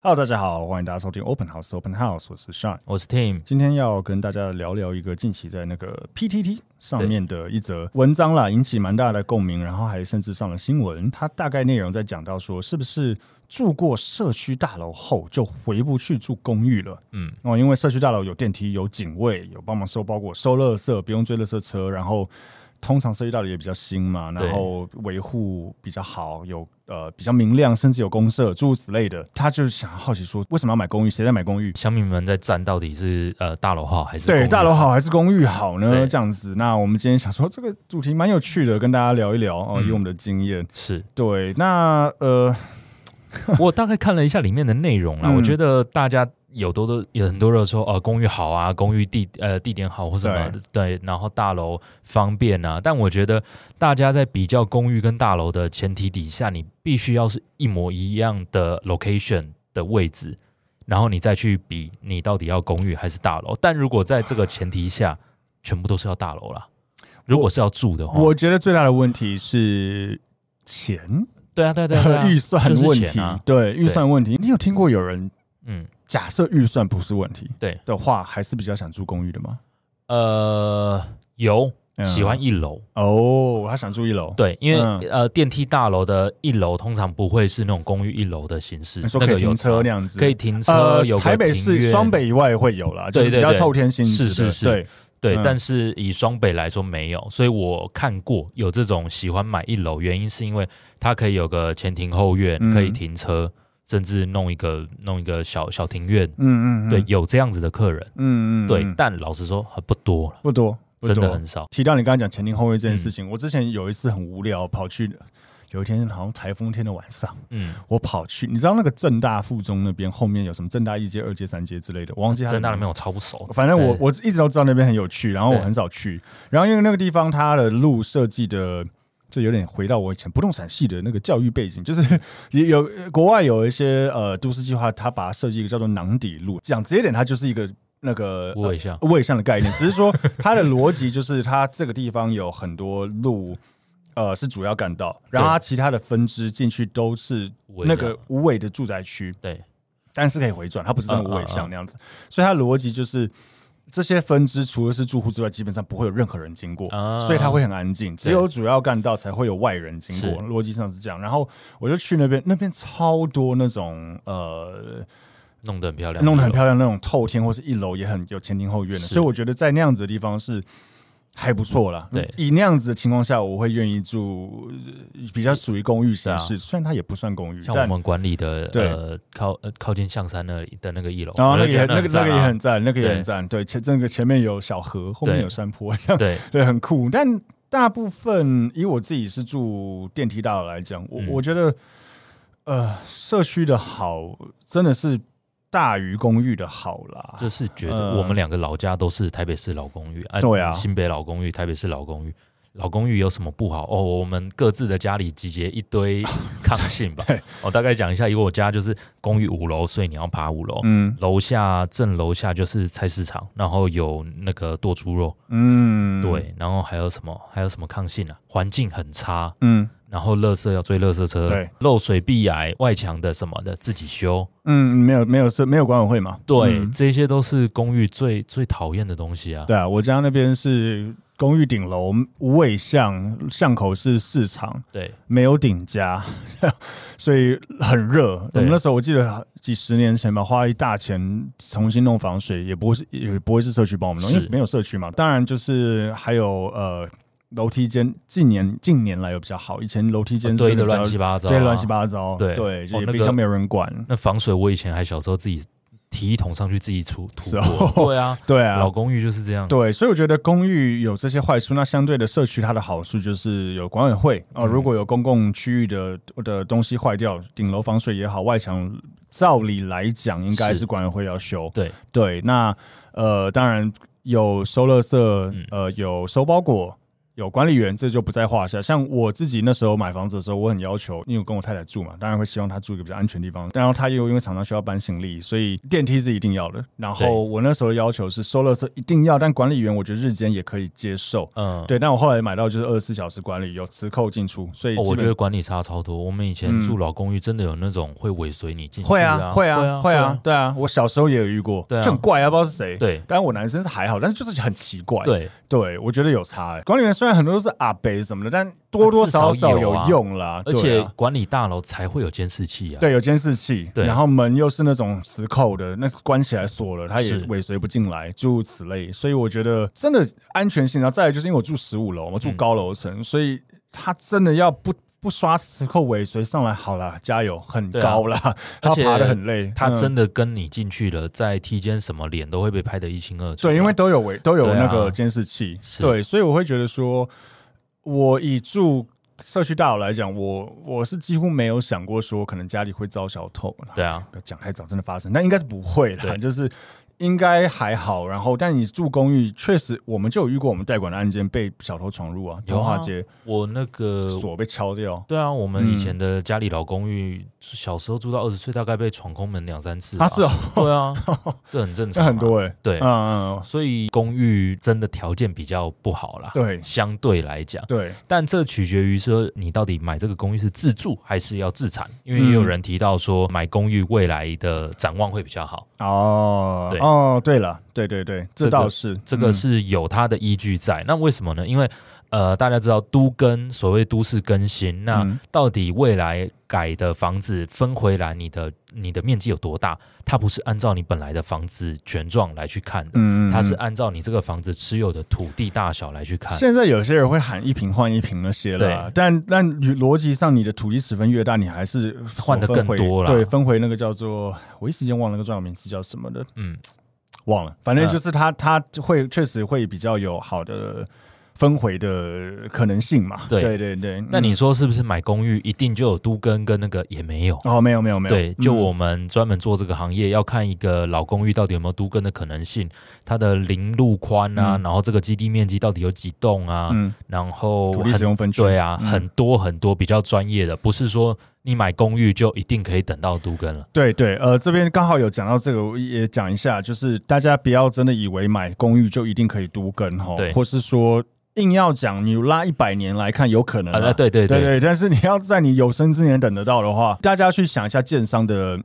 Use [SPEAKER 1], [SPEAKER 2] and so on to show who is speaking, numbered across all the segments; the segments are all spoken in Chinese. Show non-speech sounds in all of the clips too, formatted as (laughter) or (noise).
[SPEAKER 1] Hello，大家好，欢迎大家收听 Open House Open House，我是 Sean。
[SPEAKER 2] 我是 Tim，
[SPEAKER 1] 今天要跟大家聊聊一个近期在那个 PTT 上面的一则文章啦，引起蛮大的共鸣，然后还甚至上了新闻。它大概内容在讲到说，是不是住过社区大楼后就回不去住公寓了？
[SPEAKER 2] 嗯，
[SPEAKER 1] 哦，因为社区大楼有电梯、有警卫、有帮忙收包裹、收垃圾，不用追垃圾车，然后。通常社区大楼也比较新嘛，
[SPEAKER 2] 对
[SPEAKER 1] 然后维护比较好，有呃比较明亮，甚至有公社诸如此类的。他就是想好奇说，为什么要买公寓？谁在买公寓？
[SPEAKER 2] 乡民们在站到底是呃大楼好还是公
[SPEAKER 1] 对，
[SPEAKER 2] 寓
[SPEAKER 1] 大楼？好还是公寓好呢？
[SPEAKER 2] 对
[SPEAKER 1] 这样子，那我们今天想说这个主题蛮有趣的，跟大家聊一聊哦，
[SPEAKER 2] 嗯
[SPEAKER 1] 以我们的经验。
[SPEAKER 2] 是 (laughs)
[SPEAKER 1] 对，那呃，
[SPEAKER 2] 我大概看了一下里面的内容啦，
[SPEAKER 1] 嗯
[SPEAKER 2] 我觉得大家有多多有很多人说哦、公寓好啊，公寓地呃地点好或什么对，然后大楼方便啊，但我觉得大家在比较公寓跟大楼的前提底下，你必须要是一模一样的 location 的位置，然后你再去比你到底要公寓还是大楼。但如果在这个前提下，全部都是要大楼啦。如果是要住的话，
[SPEAKER 1] 我觉得最大的问题是钱
[SPEAKER 2] 对啊
[SPEAKER 1] (laughs)
[SPEAKER 2] 对啊对啊对啊
[SPEAKER 1] 的预算
[SPEAKER 2] 就是
[SPEAKER 1] 问
[SPEAKER 2] 钱
[SPEAKER 1] 题
[SPEAKER 2] 啊。
[SPEAKER 1] 对，预算问题，你有听过有人
[SPEAKER 2] 嗯，
[SPEAKER 1] 假设预算不是问题，
[SPEAKER 2] 对
[SPEAKER 1] 的话，还是比较想住公寓的吗？
[SPEAKER 2] 呃，有
[SPEAKER 1] 嗯
[SPEAKER 2] 喜欢一楼，
[SPEAKER 1] 哦，他想住一楼。
[SPEAKER 2] 对，因为、
[SPEAKER 1] 嗯
[SPEAKER 2] 呃，电梯大楼的一楼通常不会是那种公寓一楼的形式，
[SPEAKER 1] 你说
[SPEAKER 2] 那
[SPEAKER 1] 可以
[SPEAKER 2] 个有
[SPEAKER 1] 停车
[SPEAKER 2] 差
[SPEAKER 1] 那样子，
[SPEAKER 2] 可以停车，
[SPEAKER 1] 呃
[SPEAKER 2] 有，个
[SPEAKER 1] 台北
[SPEAKER 2] 庭
[SPEAKER 1] 市
[SPEAKER 2] 院
[SPEAKER 1] 双北以外会有啦，就是
[SPEAKER 2] 对对
[SPEAKER 1] 比较
[SPEAKER 2] 对
[SPEAKER 1] 透天新
[SPEAKER 2] 是
[SPEAKER 1] 式的
[SPEAKER 2] 是是
[SPEAKER 1] 对，
[SPEAKER 2] 对，
[SPEAKER 1] 嗯
[SPEAKER 2] 但是以双北来说没有，所以我看过有这种喜欢买一楼，原因是因为它可以有个前庭后院，
[SPEAKER 1] 嗯
[SPEAKER 2] 可以停车，甚至弄一个弄一个小小庭院，
[SPEAKER 1] 嗯嗯，嗯
[SPEAKER 2] 对，，有这样子的客人，
[SPEAKER 1] 嗯嗯，
[SPEAKER 2] 对，
[SPEAKER 1] 嗯
[SPEAKER 2] 但老实说很不多了，
[SPEAKER 1] 不多，不
[SPEAKER 2] 真的
[SPEAKER 1] 多
[SPEAKER 2] 很少，
[SPEAKER 1] 提到你刚才讲前庭后卫这件
[SPEAKER 2] 嗯
[SPEAKER 1] 事情，我之前有一次很无聊，跑去有一天好像台风天的晚上，
[SPEAKER 2] 嗯，
[SPEAKER 1] 我跑去，你知道那个正大附中那边后面有什么正大一街、二街、三街之类的，我忘记它
[SPEAKER 2] 真呃大那
[SPEAKER 1] 名字
[SPEAKER 2] 边我超不熟，
[SPEAKER 1] 反正我
[SPEAKER 2] 对
[SPEAKER 1] 我一直都知道那边很有趣，然后我
[SPEAKER 2] 对
[SPEAKER 1] 很少去，然后因为那个地方它的路设计的。就有点回到我以前不动产系的那个教育背景，就是 (laughs) 也有国外有一些呃都市计划，它把它设计一个叫做囊底路，讲直接点，它就是一个那个
[SPEAKER 2] 无尾巷
[SPEAKER 1] 呃无尾巷的概念，只是说它的逻辑就是它这个地方有很多路，呃是主要干道，然后它其他的分支进去都是
[SPEAKER 2] 无尾
[SPEAKER 1] 那
[SPEAKER 2] 巷
[SPEAKER 1] 个无尾的住宅区，
[SPEAKER 2] 对，
[SPEAKER 1] 但是可以回转，它不是真的无尾
[SPEAKER 2] 嗯嗯
[SPEAKER 1] 巷
[SPEAKER 2] 嗯
[SPEAKER 1] 那样子，所以它的逻辑就是这些分支除了是住户之外，基本上不会有任何人经过，
[SPEAKER 2] 啊
[SPEAKER 1] 所以它会很安静，只有主要干道才会有外人经过，逻辑上是这样。然后我就去那边，那边超多那种呃
[SPEAKER 2] 弄得很漂亮，
[SPEAKER 1] 弄得很漂亮那种透天或是一楼也很有前庭后院的，
[SPEAKER 2] 是
[SPEAKER 1] 所以我觉得在那样子的地方是。还不错啦，
[SPEAKER 2] 对
[SPEAKER 1] 以那样子的情况下，我会愿意住呃比较属于公寓形
[SPEAKER 2] 是啊
[SPEAKER 1] 式，虽然它也不算公寓，
[SPEAKER 2] 像我
[SPEAKER 1] 但
[SPEAKER 2] 们管理的
[SPEAKER 1] 对
[SPEAKER 2] 呃靠呃靠近象山那里的那个一楼，
[SPEAKER 1] 然后
[SPEAKER 2] 我
[SPEAKER 1] 那个
[SPEAKER 2] 就
[SPEAKER 1] 也
[SPEAKER 2] 觉
[SPEAKER 1] 很那
[SPEAKER 2] 得
[SPEAKER 1] 个那个也
[SPEAKER 2] 赞啊
[SPEAKER 1] 很赞，那个也很
[SPEAKER 2] 对
[SPEAKER 1] 赞。对，前整个前面有小河，后面
[SPEAKER 2] 对
[SPEAKER 1] 有山坡， (laughs) 这样
[SPEAKER 2] 对，
[SPEAKER 1] 对，很酷。但大部分以我自己是住电梯大楼来讲，我、
[SPEAKER 2] 嗯
[SPEAKER 1] 我觉得，呃，社区的好真的是大于公寓的好啦。
[SPEAKER 2] 这是觉得
[SPEAKER 1] 呃
[SPEAKER 2] 我们两个老家都是台北市老公寓，哎
[SPEAKER 1] 对啊
[SPEAKER 2] 新北老公寓，台北市老公寓。老公寓有什么不好？哦，我们各自的家里集结一
[SPEAKER 1] (laughs)
[SPEAKER 2] 堆抗性吧
[SPEAKER 1] 对。
[SPEAKER 2] 我、大概讲一下，因为我家就是公寓五楼，所以你要爬五楼。
[SPEAKER 1] 嗯
[SPEAKER 2] 楼下正楼下就是菜市场，然后有那个剁猪肉，
[SPEAKER 1] 嗯，，
[SPEAKER 2] 对，然后还有什么？还有什么抗性啊？环境很差，
[SPEAKER 1] 嗯
[SPEAKER 2] 然后垃圾要追垃圾车，
[SPEAKER 1] 对，
[SPEAKER 2] 漏水、壁癌、外墙的什么的自己修，
[SPEAKER 1] 嗯，没有没有是没有管委会嘛？
[SPEAKER 2] 对，
[SPEAKER 1] 嗯
[SPEAKER 2] 这些都是公寓最最讨厌的东西啊。
[SPEAKER 1] 对啊，我家那边是公寓顶楼，无尾巷巷口是市场，
[SPEAKER 2] 对，
[SPEAKER 1] 没有顶加， (laughs) 所以很热。我
[SPEAKER 2] 对
[SPEAKER 1] 们那时候我记得几十年前吧，花一大钱重新弄防水，也不会是也不会是社区帮我们弄，
[SPEAKER 2] 是
[SPEAKER 1] 因为没有社区嘛。当然就是还有呃楼梯间，近年近年来有比较好，以前楼梯间
[SPEAKER 2] 堆
[SPEAKER 1] 的
[SPEAKER 2] 的哦乱七八糟、啊
[SPEAKER 1] 对乱七。八糟，
[SPEAKER 2] 对
[SPEAKER 1] 对，就
[SPEAKER 2] 哦
[SPEAKER 1] 也
[SPEAKER 2] 那
[SPEAKER 1] 比
[SPEAKER 2] 个
[SPEAKER 1] 较没有人管。
[SPEAKER 2] 那防水我以前还小时候自己提一桶上去自己涂涂
[SPEAKER 1] (laughs) 是哦
[SPEAKER 2] 过，对啊，
[SPEAKER 1] 对啊，
[SPEAKER 2] 老公寓就是这样。
[SPEAKER 1] 对，所以我觉得公寓有这些坏处，那相对的社区它的好处就是有管委会哦、
[SPEAKER 2] 嗯
[SPEAKER 1] 如果有公共区域的的东西坏掉，顶楼防水也好，外墙照理来讲应该
[SPEAKER 2] 是
[SPEAKER 1] 是管委会要修。
[SPEAKER 2] 对
[SPEAKER 1] 对，那呃，当然有收垃圾，
[SPEAKER 2] 嗯
[SPEAKER 1] 呃，有收包裹。有管理员，这就不在话下。像我自己那时候买房子的时候，我很要求，因为我跟我太太住嘛，当然会希望她住一个比较安全的地方。然后她又因为常常需要搬行李，所以电梯是一定要的。然后我那时候的要求是收垃圾一定要，但管理员我觉得日间也可以接受。
[SPEAKER 2] 嗯，
[SPEAKER 1] 对，但我后来买到就是二十四小时管理，有磁扣进出，所以
[SPEAKER 2] 哦，
[SPEAKER 1] 基
[SPEAKER 2] 我
[SPEAKER 1] 本
[SPEAKER 2] 觉得管理差超多。我们以前住老公寓，真的有那种会尾随你进去
[SPEAKER 1] 会
[SPEAKER 2] 啊，
[SPEAKER 1] 会
[SPEAKER 2] 啊，
[SPEAKER 1] 会啊，，对啊，我小时候也有遇过，
[SPEAKER 2] 对啊
[SPEAKER 1] 就很怪啊，不知道是谁。
[SPEAKER 2] 对
[SPEAKER 1] 当然我男生是还好，但是就是很奇怪。
[SPEAKER 2] 对，
[SPEAKER 1] 对，啊我觉得有差、欸。管理员虽然很多都是阿北什么的，但多多少
[SPEAKER 2] 啊至
[SPEAKER 1] 少
[SPEAKER 2] 少有啊
[SPEAKER 1] 用啦。
[SPEAKER 2] 而
[SPEAKER 1] 对
[SPEAKER 2] 且
[SPEAKER 1] 啊
[SPEAKER 2] 管理大楼才会有监视器啊。
[SPEAKER 1] 对有监视器，
[SPEAKER 2] 对啊
[SPEAKER 1] 然后门又是那种磁扣的，那关起来锁了，它也
[SPEAKER 2] 是
[SPEAKER 1] 尾随不进来，诸如此类。所以我觉得真的安全性，然后再来就是因为我住十五楼嘛，住
[SPEAKER 2] 嗯
[SPEAKER 1] 高楼层，所以他真的要不。不刷磁扣尾随上来好啦，加油，很
[SPEAKER 2] 对啊
[SPEAKER 1] 高啦，
[SPEAKER 2] 而
[SPEAKER 1] 他
[SPEAKER 2] 且
[SPEAKER 1] 爬的很累，
[SPEAKER 2] 他
[SPEAKER 1] 嗯
[SPEAKER 2] 真的跟你进去了，在梯间什么脸都会被拍得一清二楚啊。
[SPEAKER 1] 对，因为都有围都有
[SPEAKER 2] 对啊
[SPEAKER 1] 那个监视器，
[SPEAKER 2] 是
[SPEAKER 1] 对，所以我会觉得说，我以住社区大楼来讲，我我是几乎没有想过说可能家里会遭小偷，
[SPEAKER 2] 对啊，
[SPEAKER 1] 不要讲太早，真的发生，但应该是不会啦，(laughs)
[SPEAKER 2] 对
[SPEAKER 1] 就是。应该还好，然后但你住公寓，确实我们就有遇过我们代管的案件被小偷闯入啊，
[SPEAKER 2] 有啊
[SPEAKER 1] 通
[SPEAKER 2] 呃
[SPEAKER 1] 化街
[SPEAKER 2] 我那个
[SPEAKER 1] 锁被敲掉
[SPEAKER 2] 对啊，我们以前的家里老公寓，小时候住到二十岁，大概被闯空门两三次吧。
[SPEAKER 1] 啊，是哦，
[SPEAKER 2] 对
[SPEAKER 1] (laughs)
[SPEAKER 2] 啊，这很正
[SPEAKER 1] 这
[SPEAKER 2] 常、
[SPEAKER 1] (laughs)
[SPEAKER 2] 啊
[SPEAKER 1] 很。多哎，
[SPEAKER 2] 对
[SPEAKER 1] 嗯，嗯，嗯
[SPEAKER 2] 所以公寓真的条件比较不好啦，
[SPEAKER 1] 对
[SPEAKER 2] 相对来讲，
[SPEAKER 1] 对，
[SPEAKER 2] 但这取决于说你到底买这个公寓是自住还是要自产，因为也有
[SPEAKER 1] 嗯
[SPEAKER 2] 人提到说买公寓未来的展望会比较好，
[SPEAKER 1] 哦，
[SPEAKER 2] 对
[SPEAKER 1] 哦，对了，对对对，这
[SPEAKER 2] 这个
[SPEAKER 1] 倒是
[SPEAKER 2] 这个
[SPEAKER 1] 嗯
[SPEAKER 2] 是有它的依据在。那为什么呢？因为呃，大家知道都跟所谓都市更新，那
[SPEAKER 1] 嗯
[SPEAKER 2] 到底未来改的房子分回来，你的你的面积有多大？它不是按照你本来的房子全状来去看的，
[SPEAKER 1] 嗯，嗯
[SPEAKER 2] 它是
[SPEAKER 1] 嗯
[SPEAKER 2] 按照你这个房子持有的土地大小来去看。
[SPEAKER 1] 现在有些人会喊一瓶换一瓶那些啦
[SPEAKER 2] 对，
[SPEAKER 1] 但但逻辑上，你的土地十分越大，你还是
[SPEAKER 2] 换得更多啦
[SPEAKER 1] 了。对，分回那个叫做，我一时间忘了那个专有名词叫什么的，
[SPEAKER 2] 嗯，
[SPEAKER 1] 忘了。反正
[SPEAKER 2] 嗯
[SPEAKER 1] 就是它，它会确实会比较有好的分回的可能性嘛。
[SPEAKER 2] 对
[SPEAKER 1] 对对对。
[SPEAKER 2] 那你
[SPEAKER 1] 嗯
[SPEAKER 2] 说是不是买公寓一定就有都跟跟那个也没有？
[SPEAKER 1] 哦，没有没有没有，
[SPEAKER 2] 对，就
[SPEAKER 1] 嗯
[SPEAKER 2] 我们专门做这个行业，要看一个老公寓到底有没有都跟的可能性，它的零路宽啊，
[SPEAKER 1] 嗯
[SPEAKER 2] 然后这个基地面积到底有几栋啊，
[SPEAKER 1] 嗯，
[SPEAKER 2] 然后
[SPEAKER 1] 土地使
[SPEAKER 2] 很
[SPEAKER 1] 用分区，
[SPEAKER 2] 对啊，
[SPEAKER 1] 嗯
[SPEAKER 2] 很多很多比较专业的，不是说你买公寓就一定可以等到都跟了。
[SPEAKER 1] 对对，呃，这边刚好有讲到这个，我也讲一下，就是大家不要真的以为买公寓就一定可以独根哈
[SPEAKER 2] 对，
[SPEAKER 1] 或是说硬要讲你拉一百年来看，有可能
[SPEAKER 2] 啊，那对对
[SPEAKER 1] 嗯对对，但是你要在你有生之年等得到的
[SPEAKER 2] (laughs)
[SPEAKER 1] 话，大家去想一下建商的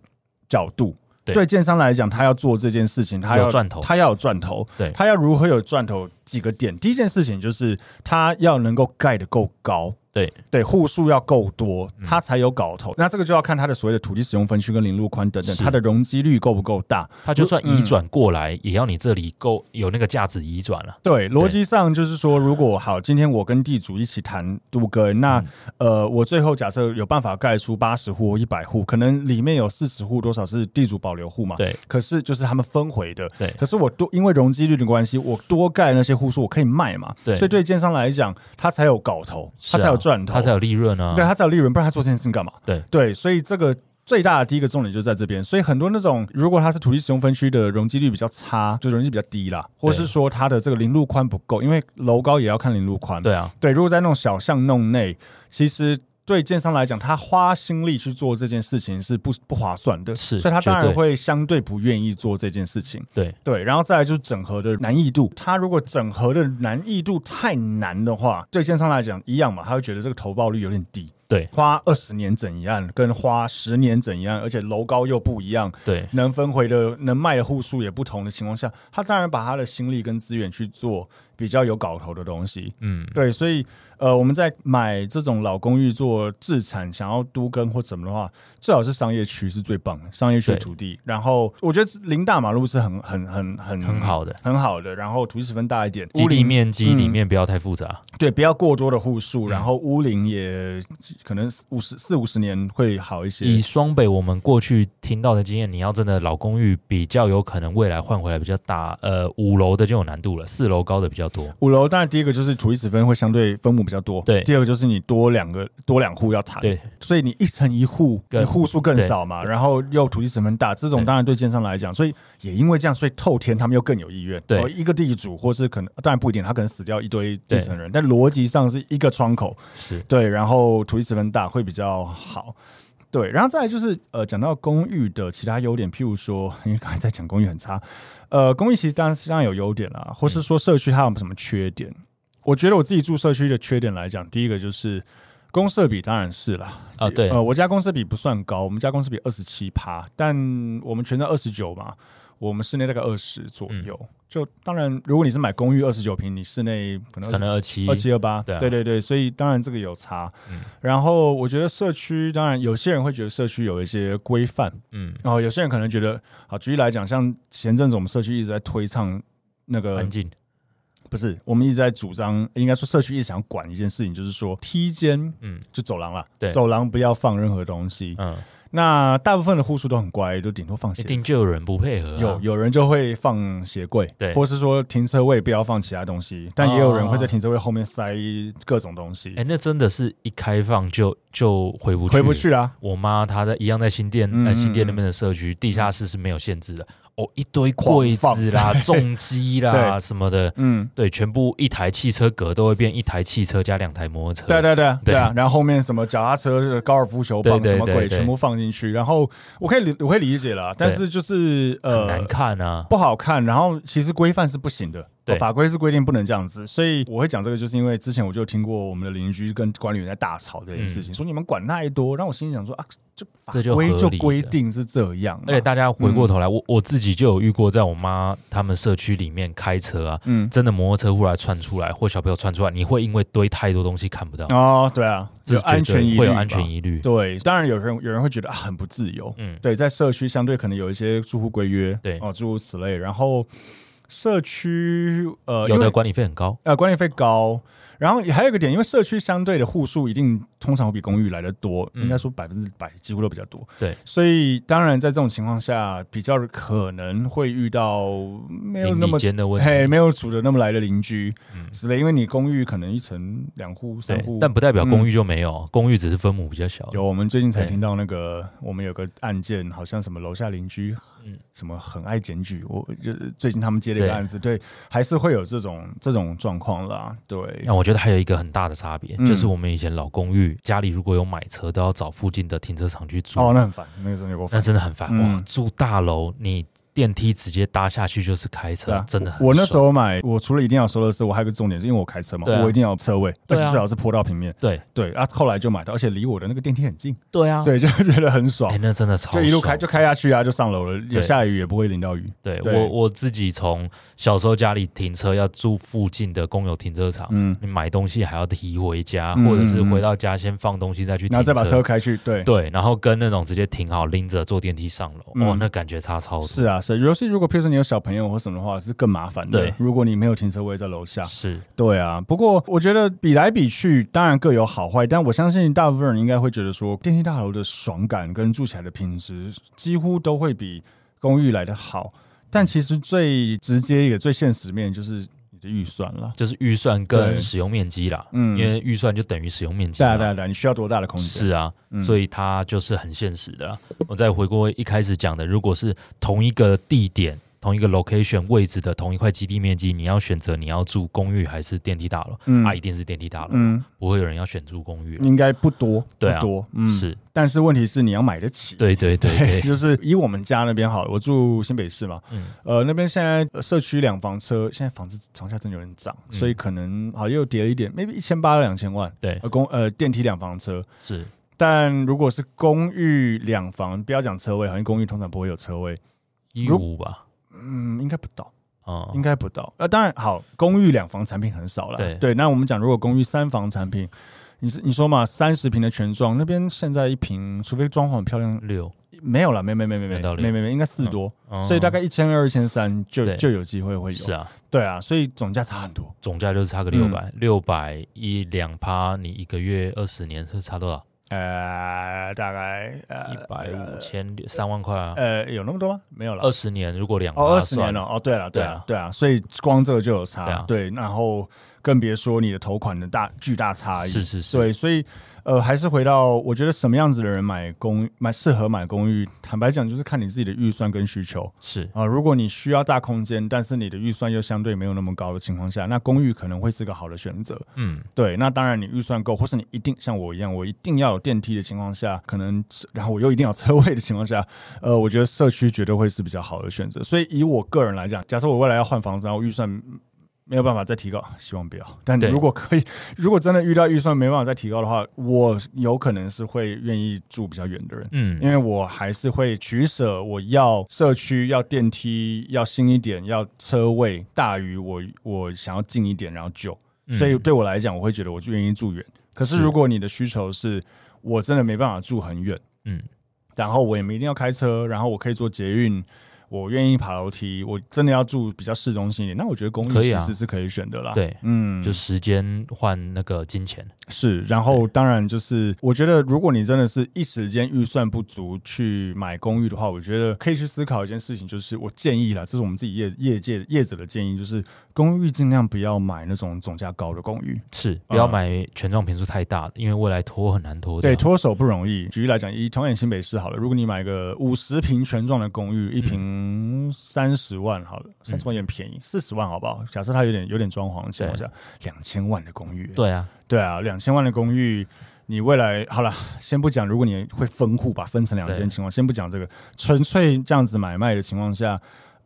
[SPEAKER 1] 角度。
[SPEAKER 2] 对
[SPEAKER 1] 对建商来讲，他要做这件事情，他
[SPEAKER 2] 有
[SPEAKER 1] 要
[SPEAKER 2] 赚头
[SPEAKER 1] 他要有赚头，
[SPEAKER 2] 对
[SPEAKER 1] 他要如何有赚头？几个点，第一件事情就是他要能够盖得够高，
[SPEAKER 2] 对嗯
[SPEAKER 1] 对，户数要够多，它才有搞头。那这个就要看它的所谓的土地使用分区跟林路宽等等，
[SPEAKER 2] 是
[SPEAKER 1] 它的容积率够不够大。
[SPEAKER 2] 他就算移转过来，也要你这里够有那个价值移转了。
[SPEAKER 1] 对，逻辑上就是说，如果好，今天我跟地主一起谈都跟，那、
[SPEAKER 2] 嗯
[SPEAKER 1] 呃，我最后假设有办法盖出八十户或一百户，可能里面有四十户多少是地主保留户嘛？
[SPEAKER 2] 对
[SPEAKER 1] 可是就是他们分回的，
[SPEAKER 2] 对
[SPEAKER 1] 可是我多因为容积率的关系，我多盖那些户数，我可以卖嘛？
[SPEAKER 2] 对
[SPEAKER 1] 所以对建商来讲，他才有搞头，
[SPEAKER 2] 是
[SPEAKER 1] 他
[SPEAKER 2] 啊
[SPEAKER 1] 才有赚头，
[SPEAKER 2] 他才有利润啊。
[SPEAKER 1] 对他才有利润，不然他做这件事情干嘛？
[SPEAKER 2] 对
[SPEAKER 1] 对，所以这个最大的第一个重点就在这边。所以很多那种如果它是土地使用分区的容积率比较差，就容积比较低啦，或是说它的这个林路宽不够，因为楼高也要看林路宽。
[SPEAKER 2] 对啊，
[SPEAKER 1] 对，如果在那种小巷弄内，其实。对建商来讲，他花心力去做这件事情是不不划算的，
[SPEAKER 2] 是
[SPEAKER 1] 所以他当
[SPEAKER 2] 绝
[SPEAKER 1] 然
[SPEAKER 2] 对
[SPEAKER 1] 会相对不愿意做这件事情。
[SPEAKER 2] 对
[SPEAKER 1] 对，然后再来就是整合的难易度，它如果整合的难易度太难的话，对建商来讲一样嘛，他会觉得这个投报率有点低。
[SPEAKER 2] 对
[SPEAKER 1] 花二十年整一案，跟花十年整一案，而且楼高又不一样，
[SPEAKER 2] 对
[SPEAKER 1] 能分回的、能卖的户数也不同的情况下，他当然把他的心力跟资源去做比较有搞头的东西。
[SPEAKER 2] 嗯，
[SPEAKER 1] 对，所以呃，我们在买这种老公寓做自产，想要都跟或怎么的话，最好是商业区是最棒的，商业区的
[SPEAKER 2] 对
[SPEAKER 1] 土地。然后我觉得临大马路是很很很很
[SPEAKER 2] 很好的。
[SPEAKER 1] 很好的，然后土地十分大一点，
[SPEAKER 2] 基
[SPEAKER 1] 屋嗯
[SPEAKER 2] 地
[SPEAKER 1] 龄
[SPEAKER 2] 面积里面不要太复杂，
[SPEAKER 1] 对，不要过多的户数，
[SPEAKER 2] 嗯
[SPEAKER 1] 然后屋龄也可能五十四五十年会好一
[SPEAKER 2] 以
[SPEAKER 1] 些。
[SPEAKER 2] 双北我们过去听到的经验，你要真的老公寓比较有可能未来换回来比较大，呃，五楼的就有难度了，四楼高的比较较多。
[SPEAKER 1] 五楼当然第一个就是土地十分会相对分母比较多，
[SPEAKER 2] 对
[SPEAKER 1] 第二个就是你多两个多两户要谈，
[SPEAKER 2] 啊对，
[SPEAKER 1] 所以你一层一户，
[SPEAKER 2] 更
[SPEAKER 1] 你户数更少嘛，
[SPEAKER 2] 对
[SPEAKER 1] 然后又土地成本大，这种
[SPEAKER 2] 对
[SPEAKER 1] 当然对建商来讲，所以也因为这样，所以透天他们又更有意愿。
[SPEAKER 2] 对
[SPEAKER 1] 哦一个地主或是可能当然不一定，他可能死掉一堆继承人，但逻辑上是一个窗口，
[SPEAKER 2] 是
[SPEAKER 1] 对，然后土地成本大会比较好。对，然后再来就是呃，讲到公寓的其他优点，譬如说，因为刚才在讲公寓很差，呃，公寓其实当然当然有优点啦，或是说社区它有什么缺点？我觉得我自己住社区的缺点来讲，第一个就是公社比当然是啦，
[SPEAKER 2] 啊，对，
[SPEAKER 1] 呃，我家公司比不算高，我们家公司比二十七趴，但我们全在二十九嘛，我们室内大概二十左
[SPEAKER 2] 嗯
[SPEAKER 1] 右。就当然，如果你是买公寓二十九平，你室内可能
[SPEAKER 2] 可能二七
[SPEAKER 1] 二七二八，
[SPEAKER 2] 对啊
[SPEAKER 1] 对对对，所以当然这个有差。
[SPEAKER 2] 嗯
[SPEAKER 1] 然后我觉得社区，当然有些人会觉得社区有一些规范，
[SPEAKER 2] 嗯，
[SPEAKER 1] 然后有些人可能觉得，好，举例来讲，像前阵子我们社区一直在推倡那个
[SPEAKER 2] 安静，
[SPEAKER 1] 不是，我们一直在主张，应该说社区一直想管一件事情，就是说梯间，
[SPEAKER 2] 嗯
[SPEAKER 1] 嗯，就走廊啦，
[SPEAKER 2] 对
[SPEAKER 1] 走廊不要放任何东西。
[SPEAKER 2] 嗯，
[SPEAKER 1] 那大部分的户数都很乖，就顶多放鞋
[SPEAKER 2] 一
[SPEAKER 1] 子。
[SPEAKER 2] 定就有人不配合啊，
[SPEAKER 1] 有有人就会放鞋柜，
[SPEAKER 2] 对
[SPEAKER 1] 或是说停车位不要放其他东西，但也有人会在
[SPEAKER 2] 哦
[SPEAKER 1] 停车位后面塞各种东西，
[SPEAKER 2] 哎，那真的是一开放就就回不去，
[SPEAKER 1] 回不。去啊啦。
[SPEAKER 2] 我妈她在一样在新店，
[SPEAKER 1] 嗯
[SPEAKER 2] 呃，
[SPEAKER 1] 嗯
[SPEAKER 2] 新店那
[SPEAKER 1] 嗯
[SPEAKER 2] 边的社区地下室是没有限制的，哦，一堆
[SPEAKER 1] 狂
[SPEAKER 2] 柜
[SPEAKER 1] 放
[SPEAKER 2] 子
[SPEAKER 1] (laughs)
[SPEAKER 2] 啦、重机啦
[SPEAKER 1] 对
[SPEAKER 2] 什么的，
[SPEAKER 1] 嗯，
[SPEAKER 2] 对，全部一台汽车格都会变一台汽车加两台摩托车。
[SPEAKER 1] 对对对
[SPEAKER 2] 对
[SPEAKER 1] 对啊，然后后面什么脚踏车、高尔夫球
[SPEAKER 2] 对
[SPEAKER 1] 棒
[SPEAKER 2] 对
[SPEAKER 1] 什么
[SPEAKER 2] 对
[SPEAKER 1] 鬼
[SPEAKER 2] 对
[SPEAKER 1] 全部放进去，然后我可以理我可以理解啦，但是就是
[SPEAKER 2] 很
[SPEAKER 1] 呃，
[SPEAKER 2] 难看啊。
[SPEAKER 1] 不好看，然后其实规范是不行的，
[SPEAKER 2] 对
[SPEAKER 1] 哦法规是规定不能这样子，所以我会讲这个，就是因为之前我就有听过我们的邻居跟管理员在大吵
[SPEAKER 2] 嗯
[SPEAKER 1] 这件事情，说你们管太多，让我心里想说啊，就法
[SPEAKER 2] 这就合理
[SPEAKER 1] 规就
[SPEAKER 2] 的
[SPEAKER 1] 规定是这样嘛，
[SPEAKER 2] 而且大家回过头来，我我自己就有遇过，在我妈他们社区里面开车啊，
[SPEAKER 1] 嗯
[SPEAKER 2] 真的摩托车忽然窜出来，或小朋友窜出来，你会因为堆太多东西看不到，
[SPEAKER 1] 哦，对啊，
[SPEAKER 2] 这
[SPEAKER 1] 有
[SPEAKER 2] 是绝对
[SPEAKER 1] 安全疑虑，
[SPEAKER 2] 会有安全，疑虑。
[SPEAKER 1] 对，当然有人有人会觉得啊很不自由，
[SPEAKER 2] 嗯，
[SPEAKER 1] 对，在社区相对可能有一些住户规约，
[SPEAKER 2] 对
[SPEAKER 1] 哦，诸如此类，然后社区呃
[SPEAKER 2] 有
[SPEAKER 1] 因为
[SPEAKER 2] 的管理费很高，
[SPEAKER 1] 呃，管理费高。然后也还有一个点，因为社区相对的户数一定通常会比公寓来的多，
[SPEAKER 2] 嗯
[SPEAKER 1] 应该说百分之百几乎都比较多。
[SPEAKER 2] 对，
[SPEAKER 1] 所以当然在这种情况下，比较可能会遇到没有
[SPEAKER 2] 邻
[SPEAKER 1] 那
[SPEAKER 2] 里
[SPEAKER 1] 么
[SPEAKER 2] 间的问
[SPEAKER 1] 嘿
[SPEAKER 2] 题。
[SPEAKER 1] 没有住的那么来的邻居
[SPEAKER 2] 嗯
[SPEAKER 1] 之类，因为你公寓可能一层两户三
[SPEAKER 2] 对
[SPEAKER 1] 户，，
[SPEAKER 2] 但不代表
[SPEAKER 1] 嗯
[SPEAKER 2] 公寓就没有，公寓只是分母比较小。
[SPEAKER 1] 有，我们最近才
[SPEAKER 2] 对
[SPEAKER 1] 听到那个，我们有个案件，好像什么楼下邻居，
[SPEAKER 2] 嗯
[SPEAKER 1] 嗯，什么很爱检举，我就是最近他们接了一
[SPEAKER 2] 对
[SPEAKER 1] 个案子，对，还是会有这种这种状况啦，对，
[SPEAKER 2] 那我觉得还有一个很大的差别，
[SPEAKER 1] 嗯
[SPEAKER 2] 就是我们以前老公寓家里如果有买车，都要找附近的停车场去租。
[SPEAKER 1] 哦，那很烦，那个时候有够
[SPEAKER 2] 那
[SPEAKER 1] 烦。
[SPEAKER 2] 真的很烦、
[SPEAKER 1] 嗯
[SPEAKER 2] 哇！住大楼，你电梯直接搭下去就是开车，
[SPEAKER 1] 对啊
[SPEAKER 2] 哎真的很
[SPEAKER 1] 我那时
[SPEAKER 2] 爽
[SPEAKER 1] 候买，我除了一定要收垃圾，我还有个重点是因为我开车嘛，
[SPEAKER 2] 对啊
[SPEAKER 1] 我一定要有车位，而
[SPEAKER 2] 对
[SPEAKER 1] 且
[SPEAKER 2] 啊
[SPEAKER 1] 最好是坡到平面。
[SPEAKER 2] 对
[SPEAKER 1] 对啊，后来就买到，而且离我的那个电梯很近，
[SPEAKER 2] 对啊，
[SPEAKER 1] 所以就 (laughs) 觉得很爽
[SPEAKER 2] 哎、，那真的超
[SPEAKER 1] 就一路
[SPEAKER 2] 爽
[SPEAKER 1] 开就开下去啊，就上楼了。
[SPEAKER 2] 对
[SPEAKER 1] 有下雨也不会淋到雨。
[SPEAKER 2] 对
[SPEAKER 1] 对
[SPEAKER 2] 我我自己从小时候家里停车要住附近的公有停车场，
[SPEAKER 1] 嗯，
[SPEAKER 2] 你买东西还要提回家，
[SPEAKER 1] 嗯
[SPEAKER 2] 或者是回到家先放东西再去停
[SPEAKER 1] 然后再把车开去。对，
[SPEAKER 2] 对，然后跟那种直接停好拎着坐电梯上楼，
[SPEAKER 1] 嗯
[SPEAKER 2] 哇，那感觉差超多。
[SPEAKER 1] 是啊，是啊。尤其如果譬如说你有小朋友或什么的话，是更麻烦的。
[SPEAKER 2] 对
[SPEAKER 1] 如果你没有停车位在楼下，
[SPEAKER 2] 是
[SPEAKER 1] 对啊。不过我觉得比来比去，当然各有好坏，但我相信大部分人应该会觉得说，电梯大楼的爽感跟住起来的品质几乎都会比公寓来的好。但其实最直接也最现实面就是你的预算了。
[SPEAKER 2] 就是预算跟
[SPEAKER 1] 对
[SPEAKER 2] 使用面积啦，
[SPEAKER 1] 嗯
[SPEAKER 2] 因为预算就等于使用面积
[SPEAKER 1] 对
[SPEAKER 2] 嘛。
[SPEAKER 1] 啊，对啊，对啊，你需要多大的空间？
[SPEAKER 2] 是啊，
[SPEAKER 1] 嗯
[SPEAKER 2] 所以它就是很现实的啦。我再回过一开始讲的，如果是同一个地点、同一个 location 位置的同一块基地面积，你要选择你要住公寓还是电梯大楼，
[SPEAKER 1] 嗯
[SPEAKER 2] 啊，一定是电梯大楼，
[SPEAKER 1] 嗯，
[SPEAKER 2] 不会有人要选住公寓。
[SPEAKER 1] 应该不多，
[SPEAKER 2] 对啊
[SPEAKER 1] 不多，嗯，。
[SPEAKER 2] 是，
[SPEAKER 1] 但是问题是你要买得起，
[SPEAKER 2] 对对对对，
[SPEAKER 1] (laughs) 就是以我们家那边好了，我住新北市嘛，
[SPEAKER 2] 嗯
[SPEAKER 1] 呃，那边现在呃社区两房车，现在房子房价真的有点涨，
[SPEAKER 2] 嗯
[SPEAKER 1] 所以可能好又跌了一点，maybe 一千八到两千万， (laughs)
[SPEAKER 2] 对
[SPEAKER 1] 呃公呃电梯两房车，
[SPEAKER 2] 是
[SPEAKER 1] 但如果是公寓两房，不要讲车位，好像公寓通常不会有车位，
[SPEAKER 2] 一
[SPEAKER 1] 如
[SPEAKER 2] 五吧，
[SPEAKER 1] 嗯，应该不到，
[SPEAKER 2] 啊、
[SPEAKER 1] 应该不到。呃，当然好，公寓两房产品很少了。
[SPEAKER 2] 对
[SPEAKER 1] 那我们讲如果公寓三房产品，你是你说嘛，三十平的全幢那边现在一平，除非装潢很漂亮，
[SPEAKER 2] 六，
[SPEAKER 1] 没有了，没没没没
[SPEAKER 2] 有
[SPEAKER 1] 没
[SPEAKER 2] 道理
[SPEAKER 1] 没没没，应该四多，
[SPEAKER 2] 嗯
[SPEAKER 1] 所以大概一千二、一千三就
[SPEAKER 2] 对
[SPEAKER 1] 就有机会会有。
[SPEAKER 2] 是啊，
[SPEAKER 1] 对啊，所以总价差很多。嗯
[SPEAKER 2] 总价就是差个六百、六百一两趴，你一个月二十年是差多少？
[SPEAKER 1] 呃，大概呃
[SPEAKER 2] 一百五千三万块啊，
[SPEAKER 1] 呃有那么多吗？没有了
[SPEAKER 2] 二，十年如果两
[SPEAKER 1] 哦，
[SPEAKER 2] 趴
[SPEAKER 1] 二十
[SPEAKER 2] 算
[SPEAKER 1] 年了，哦，对了，对
[SPEAKER 2] 对啊
[SPEAKER 1] 了，对啊，所以光这个就有差，
[SPEAKER 2] 对啊
[SPEAKER 1] 对，然后更别说你的头款的大巨大差异，
[SPEAKER 2] 是是是，
[SPEAKER 1] 对，所以呃，还是回到我觉得什么样子的人买公买适合买公寓，坦白讲就是看你自己的预算跟需求
[SPEAKER 2] 是
[SPEAKER 1] 啊、如果你需要大空间，但是你的预算又相对没有那么高的情况下，那公寓可能会是个好的选择。
[SPEAKER 2] 嗯
[SPEAKER 1] 对，那当然你预算够，或是你一定像我一样，我一定要有电梯的情况下，可能是然后我又一定要有车位的情况下，呃，我觉得社区绝对会是比较好的选择。所以以我个人来讲，假设我未来要换房子，然后预算。没有办法再提高，希望不要。但
[SPEAKER 2] 对
[SPEAKER 1] 如果可以，如果真的遇到预算没办法再提高的话，我有可能是会愿意住比较远的人。
[SPEAKER 2] 嗯
[SPEAKER 1] 因为我还是会取舍，我要社区，要电梯，要新一点，要车位大于我我想要近一点，然后旧，
[SPEAKER 2] 嗯
[SPEAKER 1] 所以对我来讲，我会觉得我就愿意住远。可是
[SPEAKER 2] 是
[SPEAKER 1] 如果你的需求是我真的没办法住很远，
[SPEAKER 2] 嗯，
[SPEAKER 1] 然后我也没一定要开车，然后我可以坐捷运，我愿意爬楼梯，我真的要住比较市中心一点，那我觉得公寓
[SPEAKER 2] 可以
[SPEAKER 1] 其
[SPEAKER 2] 啊
[SPEAKER 1] 实是可以选的啦。
[SPEAKER 2] 对，
[SPEAKER 1] 嗯，
[SPEAKER 2] 就时间换那个金钱，
[SPEAKER 1] 是，然后当然就是，我觉得如果你真的是一时间预算不足去买公寓的话，我觉得可以去思考一件事情，就是我建议啦，这是我们自己业业界业者的建议，就是公寓尽量不要买那种总价高的公寓，
[SPEAKER 2] 是不要
[SPEAKER 1] 嗯
[SPEAKER 2] 买权状平数太大的，因为未来拖很难拖
[SPEAKER 1] 对，
[SPEAKER 2] 掉，
[SPEAKER 1] 脱手不容易。举例来讲，以同眼新北市好了，如果你买个五十平全幢的公
[SPEAKER 2] 嗯
[SPEAKER 1] 寓，一平三十万好了，三十万有点便宜，四十万好不好？假设它有点有点装潢的情况下，两千万的公寓，
[SPEAKER 2] 对啊，
[SPEAKER 1] 对啊，两千万的公寓，你未来好了，先不讲，如果你会分户吧，分成两间
[SPEAKER 2] 对
[SPEAKER 1] 情况，先不讲这个，纯粹这样子买卖的情况下，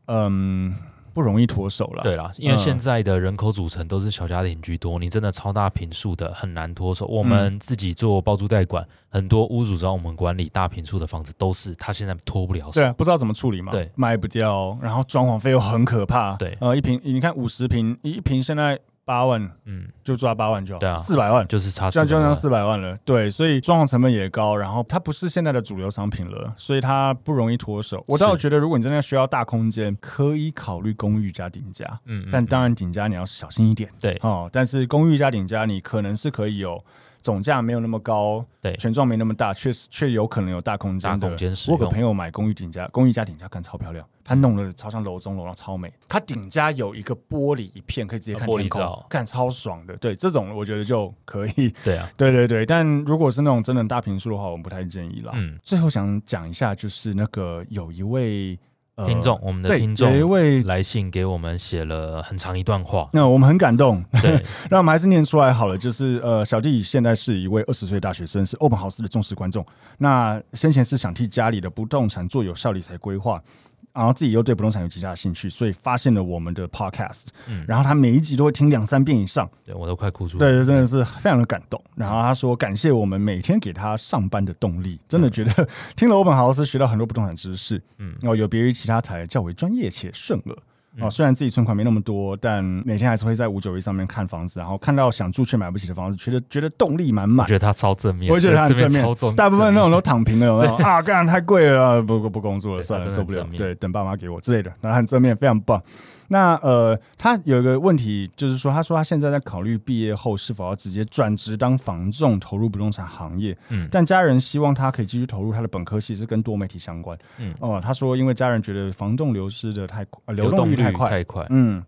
[SPEAKER 1] 嗯，不容易脱手了。
[SPEAKER 2] 对啦，因为
[SPEAKER 1] 嗯
[SPEAKER 2] 现在的人口组成都是小家庭居多，你真的超大平数的很难脱手。我们自己做包租代管，很多屋主找我们管理大平数的房子，都是他现在脱不了手
[SPEAKER 1] 对。啊，不知道怎么处理嘛，
[SPEAKER 2] 对
[SPEAKER 1] 卖不掉，然后装潢费又很可怕，
[SPEAKER 2] 对
[SPEAKER 1] 呃，一瓶你看五十瓶，一一瓶现在八万，
[SPEAKER 2] 嗯，
[SPEAKER 1] 就抓八万就
[SPEAKER 2] 对
[SPEAKER 1] 好，
[SPEAKER 2] 啊
[SPEAKER 1] 四百万。
[SPEAKER 2] 就是差
[SPEAKER 1] 这样
[SPEAKER 2] 400
[SPEAKER 1] 就
[SPEAKER 2] 万
[SPEAKER 1] 像四百万了，对，所以装潢成本也高，然后它不是现在的主流商品了，所以它不容易脱手。我倒
[SPEAKER 2] 是
[SPEAKER 1] 觉得，如果你真的需要大空间，可以考虑公寓加顶加，
[SPEAKER 2] 嗯，嗯
[SPEAKER 1] 但
[SPEAKER 2] 嗯
[SPEAKER 1] 当然顶加你要小心一点，
[SPEAKER 2] 对
[SPEAKER 1] 哦。但是公寓加顶加，你可能是可以有总价没有那么高，
[SPEAKER 2] 对
[SPEAKER 1] 权状没那么大，确实却有可能有大空间的。
[SPEAKER 2] 大空间使
[SPEAKER 1] 我有
[SPEAKER 2] 用
[SPEAKER 1] 个朋友买公寓顶加，公寓加顶加看超漂亮，他弄了超像楼中楼，然后超美。他顶加有一个玻璃一片，可以直接看天
[SPEAKER 2] 啊玻璃
[SPEAKER 1] 空
[SPEAKER 2] 罩，
[SPEAKER 1] 看超爽的。对，这种我觉得就可以。 (laughs)
[SPEAKER 2] 对啊，
[SPEAKER 1] 对对对，但如果是那种真的大平数的话，我们不太建议啦。
[SPEAKER 2] 嗯，
[SPEAKER 1] 最后想讲一下，就是那个有一位、呃
[SPEAKER 2] 听众，我们的
[SPEAKER 1] 对，
[SPEAKER 2] 听众
[SPEAKER 1] 有一位。，
[SPEAKER 2] 来信给我们写了很长一段话
[SPEAKER 1] 那我们很感动， (laughs)
[SPEAKER 2] 对，
[SPEAKER 1] 那我们还是念出来好了，就是呃，小弟现在是一位二十岁大学生，是欧本豪斯的忠实观众。那先前是想替家里的不动产做有效理财规划。然后自己又对不动产有极大的兴趣，所以发现了我们的 podcast，、
[SPEAKER 2] 嗯
[SPEAKER 1] 然后他每一集都会听两三遍以上，
[SPEAKER 2] 对我都快哭出来。
[SPEAKER 1] 对，这真的是非常的感动。然后他说感谢我们每天给他上班的动力，真的觉得听了欧本豪斯学到很多不动产知识，嗯
[SPEAKER 2] 嗯，
[SPEAKER 1] 然后有别于其他台较为专业且顺耳。啊，虽然自己存款没那么多，但每天还是会在五九一上面看房子，然后看到想住却买不起的房子，觉得觉得动力满
[SPEAKER 2] 我
[SPEAKER 1] 满
[SPEAKER 2] 觉。得他超正面，
[SPEAKER 1] 我也觉得他很
[SPEAKER 2] 这边
[SPEAKER 1] 正
[SPEAKER 2] 超
[SPEAKER 1] 面，
[SPEAKER 2] 重，
[SPEAKER 1] 大部分那
[SPEAKER 2] 正
[SPEAKER 1] 种
[SPEAKER 2] 面
[SPEAKER 1] 都躺平了，有没有啊？干太贵了，不不不工作了，
[SPEAKER 2] 对
[SPEAKER 1] 算了，
[SPEAKER 2] 他
[SPEAKER 1] 受
[SPEAKER 2] 真的
[SPEAKER 1] 不了
[SPEAKER 2] 很正，面
[SPEAKER 1] 对，等爸妈给我之类的。然后很正面，非常棒。那呃，他有一个问题，就是说，他说他现在在考虑毕业后是否要直接转职当房仲，投入不动产行业。
[SPEAKER 2] 嗯
[SPEAKER 1] 但家人希望他可以继续投入他的本科系，是跟多媒体相关。
[SPEAKER 2] 嗯
[SPEAKER 1] 哦、他说因为家人觉得房仲流失的太快，呃流
[SPEAKER 2] 流
[SPEAKER 1] 动
[SPEAKER 2] 动
[SPEAKER 1] 率
[SPEAKER 2] 率
[SPEAKER 1] 太快，
[SPEAKER 2] 太快，
[SPEAKER 1] 嗯，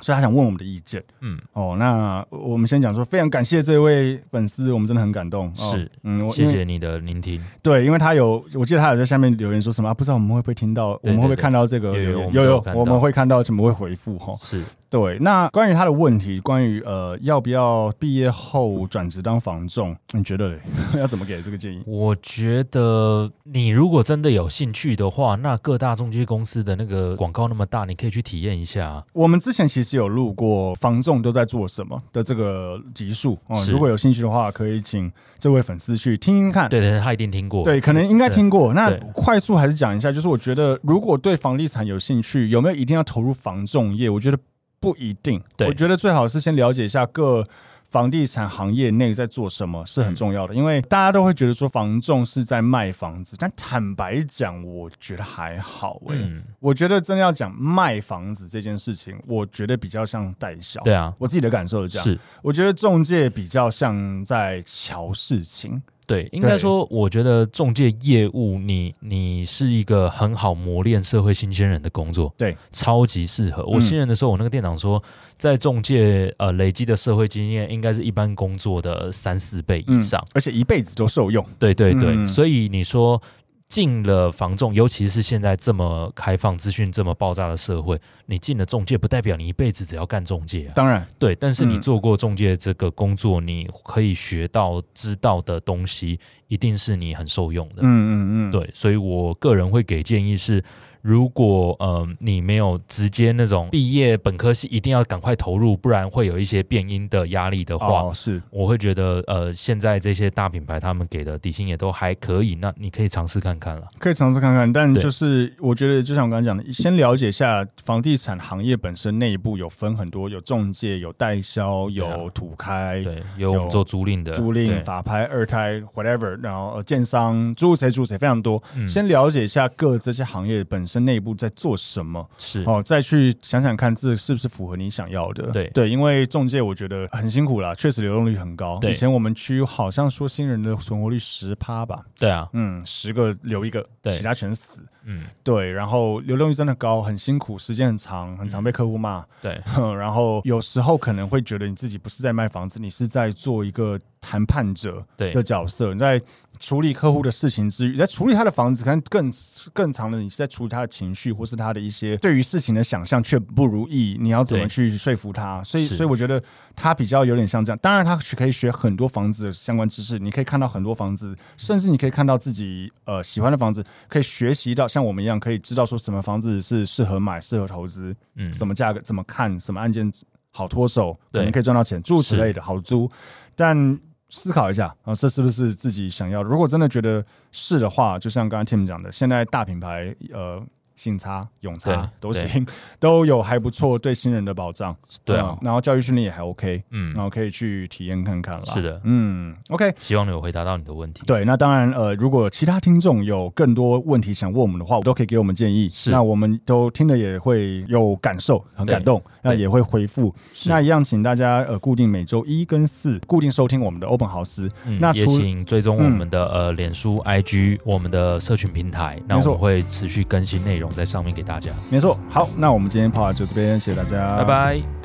[SPEAKER 1] 所以他想问我们的意见。
[SPEAKER 2] 嗯，
[SPEAKER 1] 哦，那我们先讲说，非常感谢这位粉丝，我们真的很感动。哦、
[SPEAKER 2] 是，
[SPEAKER 1] 嗯，我
[SPEAKER 2] 谢
[SPEAKER 1] 因为
[SPEAKER 2] 谢你的聆听，
[SPEAKER 1] 对，因为他有，我记得他有在下面留言说什么、啊不知道我们会不会听到，我
[SPEAKER 2] 对
[SPEAKER 1] 们会不会
[SPEAKER 2] 对对
[SPEAKER 1] 看到这个
[SPEAKER 2] 有
[SPEAKER 1] 留言
[SPEAKER 2] 有我们都有看
[SPEAKER 1] 我们
[SPEAKER 2] 到
[SPEAKER 1] 会看到，怎么会回复哈？
[SPEAKER 2] 是
[SPEAKER 1] 对，那关于他的问题，关于呃要不要毕业后转职当房仲，你觉得嘞 (laughs) 要怎么给这个建议？
[SPEAKER 2] 我觉得你如果真的有兴趣的话，那各大中介公司的那个广告那么大，你可以去体验一下啊。
[SPEAKER 1] 我们之前其实有录过房仲都在做什么的这个集数哦，
[SPEAKER 2] 是
[SPEAKER 1] 如果有兴趣的话，可以请这位粉丝去听听看。
[SPEAKER 2] 对对，他一定听过。
[SPEAKER 1] 嗯
[SPEAKER 2] 嗯
[SPEAKER 1] 对，可能应该听过。那
[SPEAKER 2] 对
[SPEAKER 1] 快速还是讲一下，就是我觉得如果对房地产有兴趣，有没有一定要投入房仲业？我觉得不一定。
[SPEAKER 2] 对
[SPEAKER 1] 我觉得最好是先了解一下各。房地产行业内在做什么是很
[SPEAKER 2] 嗯
[SPEAKER 1] 重要的，因为大家都会觉得说房仲是在卖房子，但坦白讲，我觉得还好诶、
[SPEAKER 2] 嗯，
[SPEAKER 1] 我觉得真的要讲卖房子这件事情，我觉得比较像代销。
[SPEAKER 2] 对啊，
[SPEAKER 1] 我自己的感受是这样。
[SPEAKER 2] 是
[SPEAKER 1] 我觉得中介比较像在瞧事情，
[SPEAKER 2] 对，应该说，我觉得中介业务你，你是一个很好磨练社会新鲜人的工作，
[SPEAKER 1] 对，
[SPEAKER 2] 超级适合。我
[SPEAKER 1] 嗯
[SPEAKER 2] 新人的时候，我那个店长说，在中介呃累积的社会经验，应该是一般工作的三四倍以上。
[SPEAKER 1] 嗯而且一辈子都受用。
[SPEAKER 2] 对对对，
[SPEAKER 1] 嗯
[SPEAKER 2] 所以你说进了房仲，尤其是现在这么开放、资讯这么爆炸的社会，你进了中介，不代表你一辈子只要干中介啊。
[SPEAKER 1] 当然，
[SPEAKER 2] 对，但是你
[SPEAKER 1] 嗯
[SPEAKER 2] 做过中介这个工作，你可以学到、知道的东西，一定是你很受用的。
[SPEAKER 1] 嗯嗯嗯，，
[SPEAKER 2] 对，所以我个人会给建议是，如果呃你没有直接那种毕业本科系一定要赶快投入，不然会有一些变音的压力的话，
[SPEAKER 1] 哦，是
[SPEAKER 2] 我会觉得呃现在这些大品牌他们给的底薪也都还可以，那你可以尝试看看了。
[SPEAKER 1] 可以尝试看看，但
[SPEAKER 2] 对
[SPEAKER 1] 就是我觉得，就像我刚刚讲的，先了解一下房地产行业本身内部有分很多，有中介、有代销、有
[SPEAKER 2] 对啊
[SPEAKER 1] 土开、
[SPEAKER 2] 对，有我
[SPEAKER 1] 有
[SPEAKER 2] 们做租赁的
[SPEAKER 1] 租赁、
[SPEAKER 2] 对
[SPEAKER 1] 法拍、二胎 whatever，然后呃建商、租谁租谁非常多。
[SPEAKER 2] 嗯
[SPEAKER 1] 先了解一下各这些行业本身内部在做什么，
[SPEAKER 2] 是
[SPEAKER 1] 哦，再去想想看这是不是符合你想要的。
[SPEAKER 2] 对
[SPEAKER 1] 对，因为中介我觉得很辛苦啦，确实流动率很高。
[SPEAKER 2] 对
[SPEAKER 1] 以前我们区好像说新人的存活率十趴吧，
[SPEAKER 2] 对啊，
[SPEAKER 1] 嗯，十个留一个，
[SPEAKER 2] 对
[SPEAKER 1] 其他全死。
[SPEAKER 2] 嗯，
[SPEAKER 1] 对，然后流动率真的高，很辛苦，时间很长，很常被客户骂。 (laughs)
[SPEAKER 2] 对，
[SPEAKER 1] 哼，然后有时候可能会觉得你自己不是在卖房子，你是在做一个谈判者
[SPEAKER 2] 对
[SPEAKER 1] 的角色，你在处理客户的事情之余，在处理他的房子，可能更更长的你是在处理他的情绪，或是他的一些对于事情的想象却不如意，你要怎么
[SPEAKER 2] 对
[SPEAKER 1] 去说服他？所以，
[SPEAKER 2] 是
[SPEAKER 1] 所以我觉得他比较有点像这样。当然，他可以学很多房子的相关知识，你可以看到很多房子，甚至你可以看到自己呃喜欢的房子，可以学习到像我们一样，可以知道说什么房子是适合买、适合投资。
[SPEAKER 2] 嗯，
[SPEAKER 1] 什么价格、怎么看、什么案件好脱手，可
[SPEAKER 2] 对
[SPEAKER 1] 能可以赚到钱，诸如此
[SPEAKER 2] 是
[SPEAKER 1] 类的好租。但思考一下啊，这是不是自己想要的？如果真的觉得是的话，就像刚刚 Tim 讲的，现在大品牌呃。信差、永差
[SPEAKER 2] 对
[SPEAKER 1] 都行，都有还不错对新人的保障。
[SPEAKER 2] 对啊
[SPEAKER 1] 嗯，然后教育训练也还 OK，
[SPEAKER 2] 嗯
[SPEAKER 1] 然，后可以去体验看看啦。
[SPEAKER 2] 是的
[SPEAKER 1] 嗯，OK，
[SPEAKER 2] 希望有回答到你的问题。
[SPEAKER 1] 对，那当然，呃，如果其他听众有更多问题想问我们的话，都可以给我们建议。
[SPEAKER 2] 是
[SPEAKER 1] 那我们都听了也会有感受，很
[SPEAKER 2] 对
[SPEAKER 1] 感动，那
[SPEAKER 2] 对
[SPEAKER 1] 也会回复。
[SPEAKER 2] 是
[SPEAKER 1] 那一样，请大家呃固定每周一跟四固定收听我们的 Open House。
[SPEAKER 2] 嗯
[SPEAKER 1] 那
[SPEAKER 2] 也
[SPEAKER 1] 除
[SPEAKER 2] 请追踪我们的、呃脸书、IG，我们的社群平台，那
[SPEAKER 1] 没
[SPEAKER 2] 我
[SPEAKER 1] 错
[SPEAKER 2] 们会持续更新内容在上面给大家。
[SPEAKER 1] 没错，好，那我们今天 p a 就这边，谢谢大家，
[SPEAKER 2] 拜。拜。